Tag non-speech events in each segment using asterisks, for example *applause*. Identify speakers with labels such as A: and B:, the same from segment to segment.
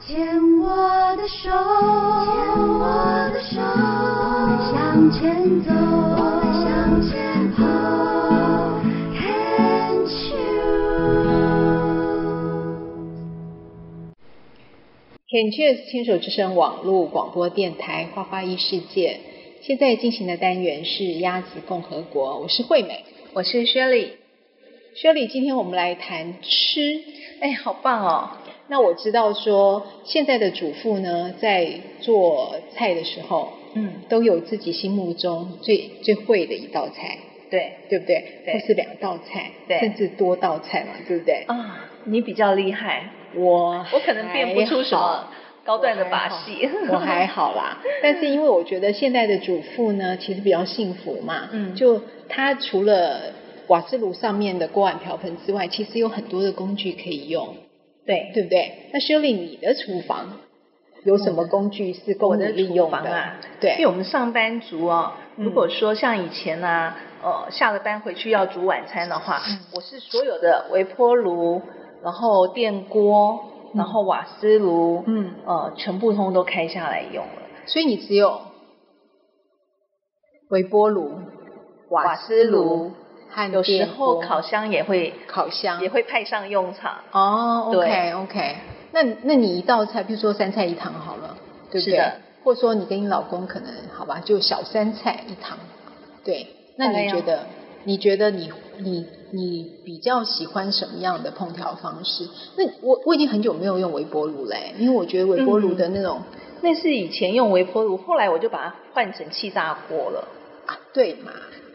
A: 牵我的手，牵我的手，我们向前走，我们向前跑。Can't you？
B: Can Cheers 牵手之声网络广播电台《花花异世界》，现在进行的单元是鸭子共和国，我是惠美，
C: 我是 Shirley。
B: Shirley，今天我们来谈吃。
C: 哎，好棒哦！
B: 那我知道说，现在的主妇呢，在做菜的时候，
C: 嗯，
B: 都有自己心目中最最会的一道菜，
C: 对
B: 对不对？
C: 对
B: 或是两道菜，
C: 对
B: 甚至多道菜嘛，对不对？
C: 啊，你比较厉害，哎
B: 我
C: 我可能变不出什
B: 还好
C: 么高段的把戏。 *laughs*
B: 我还好啦，但是因为我觉得现在的主妇呢，其实比较幸福嘛，
C: 嗯
B: 就她除了瓦斯炉上面的锅碗瓢盆之外，其实有很多的工具可以用，
C: 对
B: 对不对？那 Shirley，你的厨房有什么工具是
C: 我
B: 供你
C: 的
B: 利
C: 厨
B: 用
C: 房啊，因为
B: 对，
C: 我们上班族哦，
B: 嗯
C: 如果说像以前呢、呃，下了班回去要煮晚餐的话，我是所有的微波炉，然后电锅，
B: 嗯
C: 然后瓦斯炉，
B: 嗯，
C: 呃，全部通都开下来用了。
B: 所以你只有微波炉、
C: 瓦
B: 斯
C: 斯炉，
B: 和
C: 有时
B: 电
C: 候
B: 锅
C: 烤箱也会
B: 烤箱
C: 也会派上用场。
B: 哦，OK
C: 对
B: OK，那那你一道菜，比如说三菜一汤好了，对不
C: 是
B: 对
C: 的？
B: 或者说你跟你老公可能好吧，就小三菜一汤，对。那
C: 大概
B: 你
C: 要
B: 觉得？你觉得你你你比较喜欢什么样的烹调方式？那我我已经很久没有用微波炉嘞、因为我觉得微波炉的
C: 嗯
B: 那种、
C: 那是以前用微波炉，后来我就把它换成气炸锅了。
B: 啊，对嘛，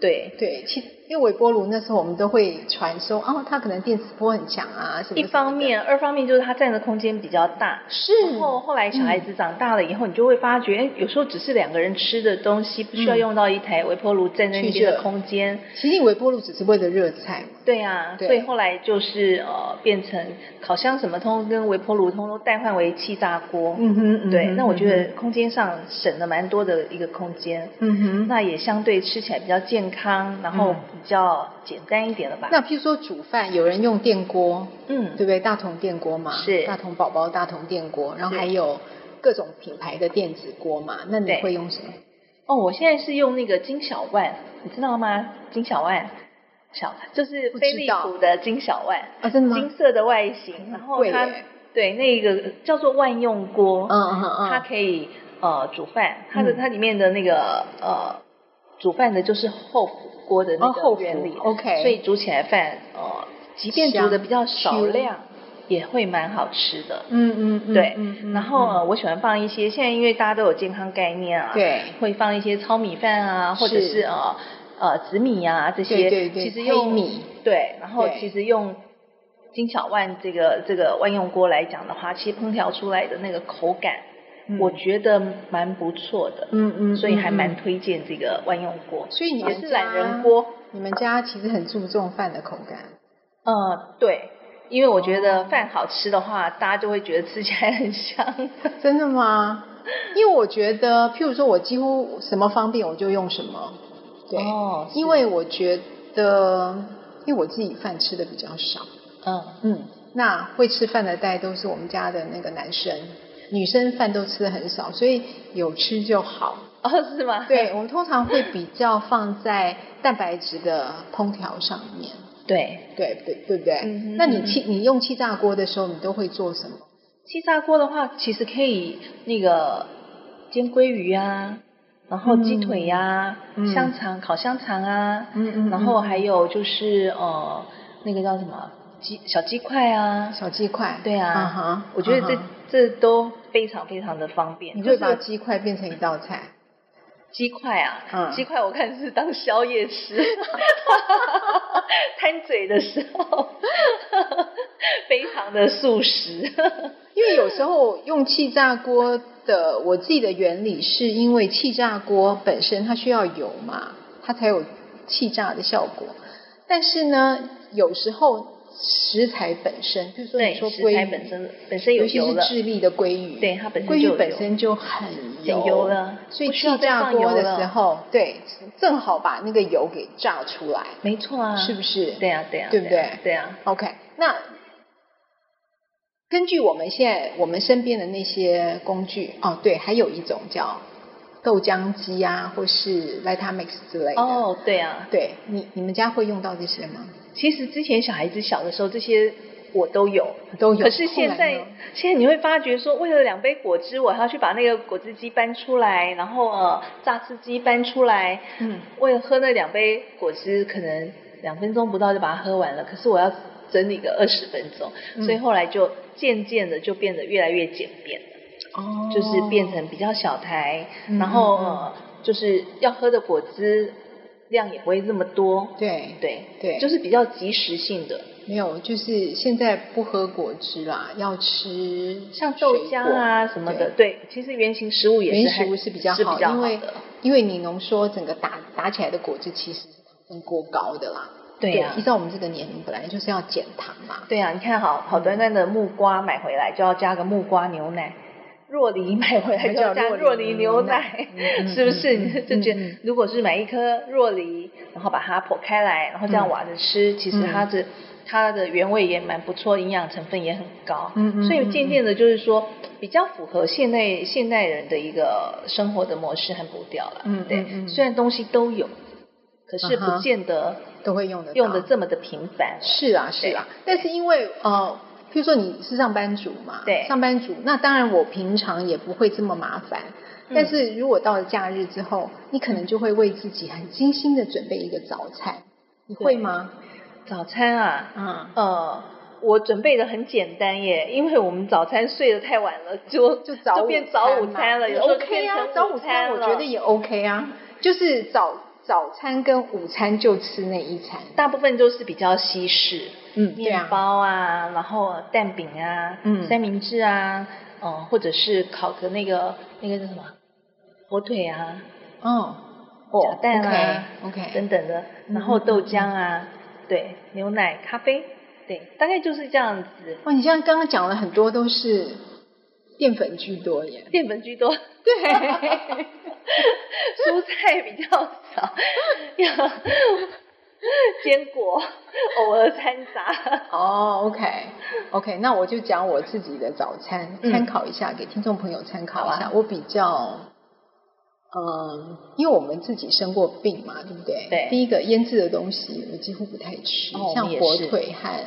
C: 对，
B: 对，其因为微波炉那时候我们都会传说哦，它可能电磁波很强啊，什么
C: 一方面，二方面就是它占的空间比较大。
B: 是
C: 然后后来小孩
B: 嗯
C: 子长大了以后，你就会发觉，哎有时候只是两个人吃的东西，不需要
B: 嗯
C: 用到一台微波炉占在那
B: 去
C: 边
B: 热
C: 的空间。
B: 其实你微波炉只是为了热菜嘛，
C: 对啊，
B: 对
C: 所以后来就是呃，变成烤箱什么通跟微波炉通都代换为气炸锅。
B: 嗯哼，嗯
C: 对，
B: 哼
C: 那我觉得，空间上省了蛮多的一个空间，
B: 嗯哼，那
C: 那也相对吃起来比较健康，然后
B: 嗯
C: 比较简单一点了吧？
B: 那譬如说煮饭，有人用电锅，
C: 嗯
B: 对，不对？大同电锅嘛，
C: 是
B: 大同宝宝、大同电锅，然后
C: 是
B: 还有各种品牌的电子锅嘛，那你
C: 对
B: 会用什么？
C: 哦，我现在是用那个金小万，你知道吗？金小万，小就是
B: 不知道
C: 飞利浦的金小万，
B: 啊，真的
C: 金
B: 吗？
C: 色的外形，然后
B: 贵
C: 它
B: 耶
C: 对那个叫做万用锅，
B: 嗯嗯嗯，
C: 它可以呃煮饭，它的
B: 嗯
C: 它里面的那个呃煮饭的就是后釜锅的那
B: 哦后
C: 个
B: 釜
C: 原理、
B: ，OK
C: 所以煮起来饭呃，即便
B: 香
C: 煮的比较少
B: Q
C: 量，也会蛮好吃的。
B: 嗯嗯嗯，
C: 对
B: 嗯嗯
C: 然后、呃
B: 嗯
C: 我喜欢放一些，现在因为大家都有健康概念啊，
B: 对
C: 会放一些糙米饭啊，或者
B: 是
C: 是呃呃紫米啊这
B: 对
C: 些，
B: 对对
C: 其实
B: 黑
C: 用
B: 米
C: 对，然后
B: 对
C: 其实用金小万这个这个万用锅来讲的话，其实烹调出来的那个口感，
B: 嗯
C: 我觉得蛮不错的，
B: 嗯嗯，
C: 所以还蛮
B: 嗯。嗯
C: 推荐这个万用锅，
B: 所以你啊
C: 也
B: 们
C: 是懒人
B: 家，
C: 锅，
B: 你们家其实很注重饭的口感。
C: 呃，对。因为我觉得饭好吃的话，大家就会觉得吃起来很香。
B: 真的吗？因为我觉得，譬如说我几乎什么方便我就用什么，对，
C: 哦是 *laughs*
B: 因为我觉得，因为我自己饭吃的比较少，
C: 嗯，
B: 嗯，那会吃饭的大概都是我们家的那个男生，女生饭都吃的很少，所以有吃就好。
C: *laughs* 哦，是吗？
B: 对，我们通常会比较放在蛋白质的烹调上面，
C: 对，
B: 对对对不对？
C: 嗯哼
B: 那你气你用气炸锅的时候，你都会做什么？
C: 气炸锅的话，其实可以那个煎鲑鱼啊，然后鸡腿呀、
B: 嗯
C: 香肠、烤香肠啊，
B: 嗯嗯
C: 然后还有就是呃，那个叫什么鸡小鸡块啊，
B: 小鸡块，
C: 对啊，
B: 嗯哼
C: 我觉得这、
B: 嗯哼
C: 这都非常非常的方便。
B: 你
C: 就
B: 会
C: 是
B: 把鸡块变成一道菜？
C: 鸡块啊，
B: 嗯
C: 鸡块我看是当宵
B: *laughs*
C: 夜吃，贪嘴的时候 *laughs* 非常的素食。
B: 因为有时候用气炸锅的，我自己的原理是因为气炸锅本身它需要油嘛，它才有气炸的效果。但是呢，有时候食材本身，比如说
C: 对，
B: 你说
C: 食
B: 鲑
C: 材
B: 鱼
C: 本身本身有
B: 尤其
C: 油
B: 是
C: 了，
B: 智利的鲑鱼，
C: 对它本
B: 鲑
C: 身就有
B: 鱼
C: 油
B: 本身就很油
C: 很油了
B: 所以
C: 不需
B: 气
C: 要再
B: 炸
C: 放油
B: 锅的
C: 了
B: 时候，对，正好把那个油给炸出来。
C: 没错啊，
B: 是不是
C: 对啊，对啊，
B: 对不
C: 啊对啊，
B: OK，那根据我们现在我们身边的那些工具，哦，对，还有一种叫豆浆机啊，或是 Vitamix 之类的。，
C: 哦，对啊，
B: 对你你们家会用到这些吗？
C: 其实之前小孩子小的时候，这些我都有。
B: 都有。
C: 可是
B: 后
C: 现
B: 来
C: 在
B: 呢，
C: 现在你会发觉说，为了两杯果汁，我还要去把那个果汁机搬出来，然后呃，榨汁机搬出来，
B: 嗯，
C: 为了喝那两杯果汁，可能两分钟不到就把它喝完了。可是我要整理个二十分钟，
B: 嗯
C: 所以后来就渐渐的就变得越来越简便了。
B: 哦，
C: 就是变成比较小台，
B: 嗯
C: 然后、
B: 嗯嗯
C: 呃、就是要喝的果汁量也不会这么多，
B: 对
C: 对
B: 对
C: 就是比较及时性的，
B: 没有，就是现在不喝果汁啦，要吃
C: 像豆浆啊什么的，
B: 对
C: 对，其实原型食物也是
B: 原
C: 还
B: 食物是比较
C: 是
B: 好，
C: 比较
B: 因为
C: 的，
B: 因为你浓缩整个打打起来的果汁其实是糖分过高的啦。
C: 对啊呀、
B: 依照我们这个年龄，本来就是要减糖嘛。
C: 对呀、啊你看好好端端的木瓜买回来就要加个木瓜牛奶。若梨买回来就要加
B: 还叫
C: 若
B: 若梨
C: 梨
B: 牛
C: 牛
B: 奶
C: 奶
B: 嗯嗯，
C: 是不是？
B: 嗯
C: 你
B: 嗯 *laughs*
C: 就觉得
B: 嗯嗯，
C: 如果是买一颗若梨，然后把它剖开来，然后这样
B: 嗯
C: 挖着吃，其实它的它的原味也蛮不错，营养成分也很高
B: 嗯嗯。
C: 所以
B: 嗯
C: 渐渐的，就是说比较符合现代现代人的一个生活的模式和步调了
B: 嗯。
C: 对
B: 嗯嗯，
C: 虽然东西都有，可是
B: 啊哈
C: 不见得
B: 都会用得到
C: 用的这么的频繁了。
B: 是啊，是啊，但是因为呃，譬如说你是上班族嘛，
C: 对
B: 上班族，那当然我平常也不会这么麻烦。
C: 嗯
B: 但是如果到了假日之后，你可能就会为自己很精心的准备一个早餐，你会吗？
C: 早餐啊，
B: 嗯，
C: 呃，我准备的很简单耶，因为我们早餐睡得太晚了，就
B: 就早
C: 变早午餐了，有时候就
B: OK
C: 变
B: 啊
C: 成，
B: 早
C: 午
B: 午餐我
C: 了
B: 觉得也 OK 啊，就是早早餐跟午餐就吃那一餐，
C: 大部分都是比较西式，
B: 嗯，对
C: 面
B: 啊，
C: 包啊，然后蛋饼啊，
B: 嗯哦
C: 三明治啊，嗯、或者是烤个那个那个叫什么火腿啊，
B: 哦，
C: 假蛋啊
B: OK，OK
C: 等等的，
B: 嗯
C: 然后豆浆啊，对，牛奶、咖啡，对，大概就是这样子，
B: 哇，你像刚刚讲了很多都是淀粉居多耶，
C: 淀粉居多。
B: 对，
C: *laughs* 蔬菜比较少，要坚果偶尔掺杂。
B: *laughs* 哦，OK，OK，那我就讲我自己的早餐，
C: 嗯
B: 参考一下，给听众朋友参考一下。
C: 好啊
B: 我比较，嗯，因为我们自己生过病嘛，对不对？
C: 对
B: 第一个腌制的东西我几乎不太吃，
C: 哦我们
B: 像
C: 也
B: 火
C: 是
B: 腿和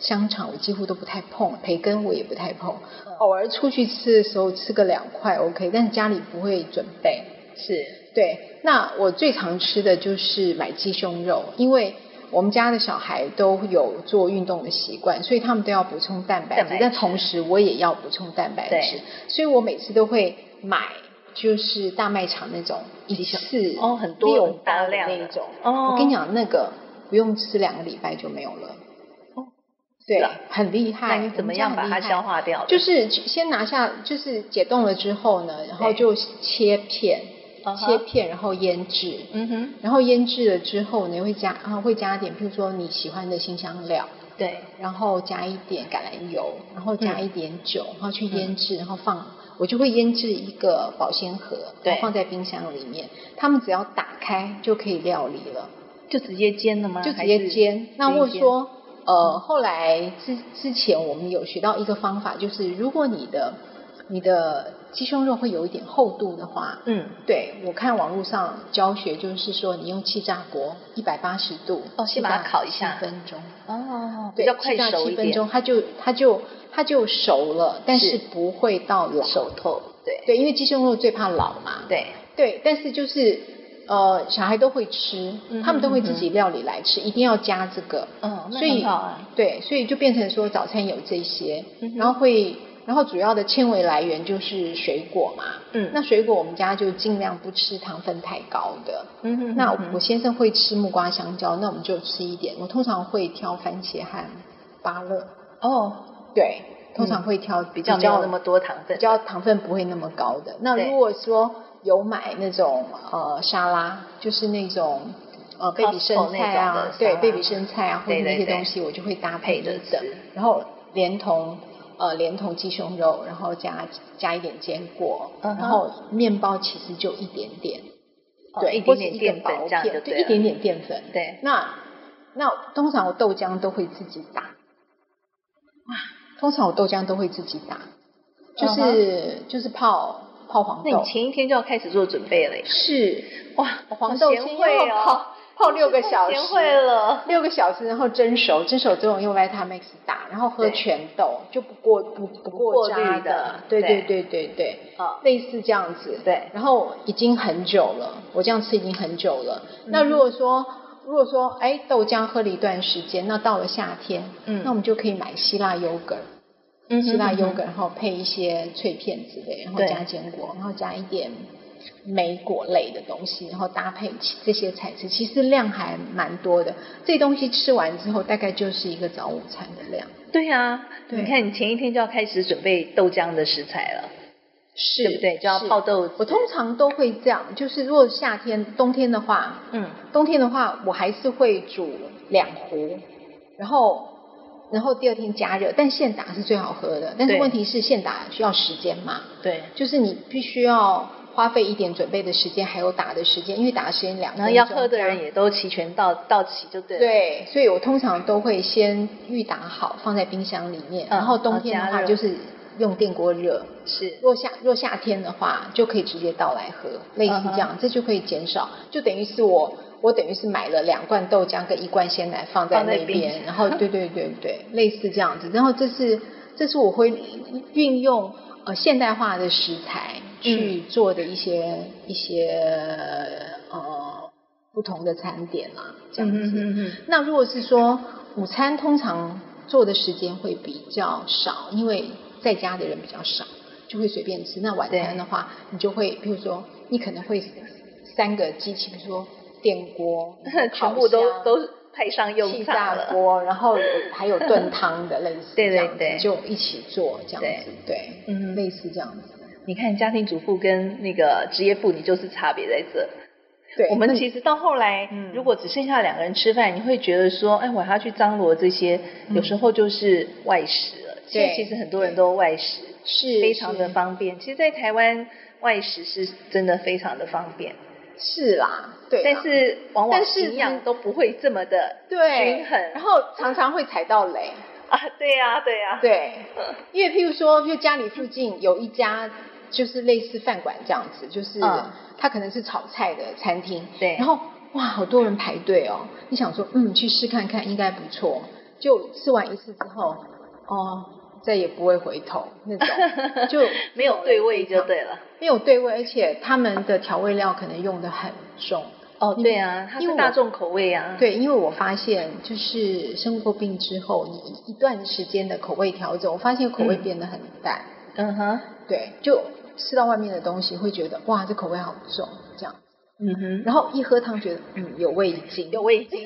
B: 香肠我几乎都不太碰，培根我也不太碰，
C: 嗯
B: 偶尔出去吃的时候吃个两块 OK，但是家里不会准备。
C: 是，
B: 对，那我最常吃的就是买鸡胸肉，因为我们家的小孩都有做运动的习惯，所以他们都要补充蛋白质，
C: 蛋白质
B: 但同时我也要补充蛋白质
C: 对，
B: 所以我每次都会买就是大卖场那种一次
C: 哦很多
B: 六
C: 很
B: 包
C: 大
B: 的
C: 量
B: 那
C: 的
B: 一种，
C: 哦
B: 我跟你讲那个不用吃两个礼拜就没有了，
C: 哦
B: 对
C: 是啊，
B: 很厉害，
C: 那你怎么样
B: 我
C: 把
B: 们家
C: 它
B: 很厉害
C: 消化掉的？
B: 就是先拿下，就是解冻了之后呢，然后
C: 对
B: 就切片，
C: 嗯哼
B: 切片，然后腌制。
C: 嗯哼，
B: 然后腌制了之后呢，会加啊会加一点，譬如说你喜欢的新香料，
C: 对，
B: 然后加一点橄榄油，然后加
C: 嗯
B: 一点酒，然后去腌制，然后放我就会腌制一个保鲜盒，
C: 对
B: 然后放在冰箱里面。他们只要打开就可以料理了。
C: 就直接煎了吗？
B: 就直接煎。那
C: 直接
B: 或
C: 煎
B: 说，呃，后来之之前我们有学到一个方法，就是如果你的你的鸡胸肉会有一点厚度的话，
C: 嗯，
B: 对我看网络上教学就是说，你用气炸锅一百八十度，
C: 哦先把它烤一下
B: 7分钟，
C: 哦，比
B: 对，
C: 较快
B: 气炸
C: 熟
B: 七
C: 一
B: 分
C: 点
B: 钟，，它就它就它就熟了，但是
C: 是
B: 不会到老。
C: 熟透，对
B: 对，因为鸡胸肉最怕老嘛。
C: 对，
B: 对，但是就是呃，小孩都会吃，
C: 嗯哼
B: 他们都会自己料理来吃，一定要加这个。
C: 嗯，那
B: 所以
C: 很好啊，
B: 对，所以就变成说早餐有这些，
C: 嗯哼
B: 然后会，然后主要的纤维来源就是水果嘛。
C: 嗯
B: 那水果我们家就尽量不吃糖分太高的。
C: 嗯哼，
B: 那
C: 嗯哼
B: 我先生会吃木瓜、香蕉，那我们就吃一点。我通常会挑番茄和芭乐，
C: 哦，
B: 对，通
C: 嗯
B: 常会挑
C: 比
B: 比
C: 较
B: 较
C: 没有那么多糖分
B: 比，较糖分不会那么高的。那
C: 对
B: 如果说有买那种呃沙拉，就是那种呃贝比
C: Costco
B: 生菜
C: 那种
B: 啊
C: 的，
B: 对
C: 沙拉
B: 贝比生菜啊，或者
C: 对对
B: 那些
C: 对
B: 东西，我就会搭配
C: 配着
B: 的
C: 吃，
B: 然后连同。呃，连同鸡胸肉，然后加加一点坚果
C: 嗯哼
B: 然后面包其实就一点点，
C: 哦
B: 对，
C: 一
B: 或
C: 点
B: 是
C: 点
B: 个
C: 淀粉
B: 薄
C: 这样就
B: 片对，
C: 了
B: 一点点淀粉。
C: 对，
B: 那那通常我豆浆都会自己打，通常我豆浆都会自己打，
C: 嗯
B: 就是、就是泡泡黄
C: 那你
B: 豆，
C: 前一天就要开始做准备了耶，
B: 是
C: 哇，
B: 黄豆
C: 贤
B: 先
C: 惠
B: 要泡
C: 哦，
B: 泡六个小时，
C: 贤惠了，
B: 六个小时，然后蒸熟，蒸熟之后用 Vitamix 打，然后喝
C: 对
B: 全豆，就不过不不
C: 过
B: 过
C: 滤
B: 渣
C: 的
B: 对
C: 对
B: 对对对对，
C: 啊，
B: 类似这样子。
C: 对
B: 然后已经很久了，我这样吃已经很久了。
C: 嗯
B: 那如果说如果说哎豆浆喝了一段时间，那到了夏天，
C: 嗯
B: 那我们就可以买希腊 yogurt，
C: 嗯
B: 希腊
C: 哼
B: yogurt，然后配一些脆片之类，然后
C: 对
B: 加坚果，然后加一点莓果类的东西，然后搭配起这些菜吃，其实量还蛮多的。这东西吃完之后，大概就是一个早午餐的量。
C: 对呀，
B: 对
C: 你看你前一天就要开始准备豆浆的食材了，
B: 是
C: 对不对？就要
B: 是
C: 泡豆子，
B: 我通常都会这样，就是如果夏天、冬天的话，
C: 嗯，
B: 冬天的话，我还是会煮两壶，然后然后第二天加热，但现打是最好喝的。但是
C: 对
B: 问题是现打需要时间嘛，
C: 对，
B: 就是你必须要花费一点准备的时间，还有打的时间，因为打的时间两分
C: 然
B: 钟
C: 后要喝的人也都齐全到到齐就对了，
B: 对，所以我通常都会先预打好，放在冰箱里面，
C: 嗯
B: 然后冬天的
C: 然
B: 话
C: 后加热
B: 就是用电锅热。
C: 是，
B: 若夏若夏天的话，就可以直接倒来喝，类似这
C: 嗯
B: 样这就可以减少，就等于是我我等于是买了两罐豆浆跟一罐鲜奶放在
C: 放在
B: 那
C: 冰
B: 边，然
C: *laughs*
B: 后对对对对，类似这样子，然后这是这是我会运用呃现代化的食材
C: 嗯
B: 去做的一些、一些呃不同的餐点啦、这样子。
C: 嗯、
B: 那如果是说午餐，通常做的时间会比较少，因为在家的人比较少，就会随便吃。那晚餐的话，你就会，比如说，你可能会三个机器，比如说电锅烤
C: *laughs* 全部都
B: 箱
C: 都派上用
B: 气
C: 场
B: 炸
C: 了，
B: 锅，然后有还有炖汤的类
C: *laughs*
B: 似
C: 对
B: 这
C: 对
B: 样子，
C: 对
B: 就一起做这样子，对，
C: 嗯
B: 类似这样子。
C: 你看家庭主妇跟那个职业妇女就是差别在这。
B: 对，
C: 我们
B: 那
C: 其实到后来，
B: 嗯
C: 如果只剩下两个人吃饭，你会觉得说，哎，我还要去张罗这些，
B: 嗯
C: 有时候就是外食了。现
B: 对
C: 在其实很多人都外食，
B: 是
C: 非常的
B: 是
C: 方便。其实，在台湾外食是真的非常的方便，
B: 是啦，对啦，
C: 但是往往
B: 但是
C: 营养都不会这么的
B: 对
C: 均衡
B: 然后常常会踩到雷。
C: 啊，对呀、对呀、
B: 对，啊因为譬如说，就家里附近有一家就是类似饭馆这样子，就是
C: 嗯
B: 它可能是炒菜的餐厅，
C: 对
B: 然后哇，好多人排队哦。你想说，嗯，去试看看应该不错，就吃完一次之后，哦，再也不会回头那
C: *laughs*
B: 种，就
C: 没有对位就对了。
B: 没有对味，而且他们的调味料可能用的很重。
C: 哦，
B: 因为
C: 对啊，它
B: 因为
C: 是
B: 我
C: 大众口味啊。
B: 对，因为我发现就是生过病之后，你一一段时间的口味调整，我发现口味
C: 嗯
B: 变得很淡。
C: 嗯哼，
B: 对，就吃到外面的东西会觉得哇，这口味好重这样，
C: 嗯哼，
B: 然后一喝汤觉得嗯有味精，
C: 有味
B: *laughs*
C: 精。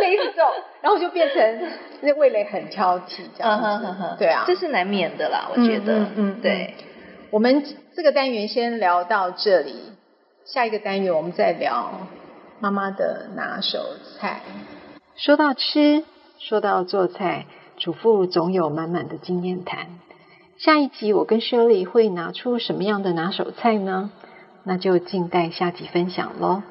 B: 类似这种，然后就变成那味蕾很挑剔这样
C: 嗯
B: 子，
C: 哼哼哼，
B: 对啊，
C: 这是难免的啦，我
B: 嗯
C: 觉得，
B: 嗯嗯嗯
C: 对，
B: 我们这个单元先聊到这里，下一个单元我们再聊妈妈的拿手菜。说到吃，说到做菜，主妇总有满满的经验谈。下一集我跟 Shirley 会拿出什么样的拿手菜呢？那就静待下集分享喽。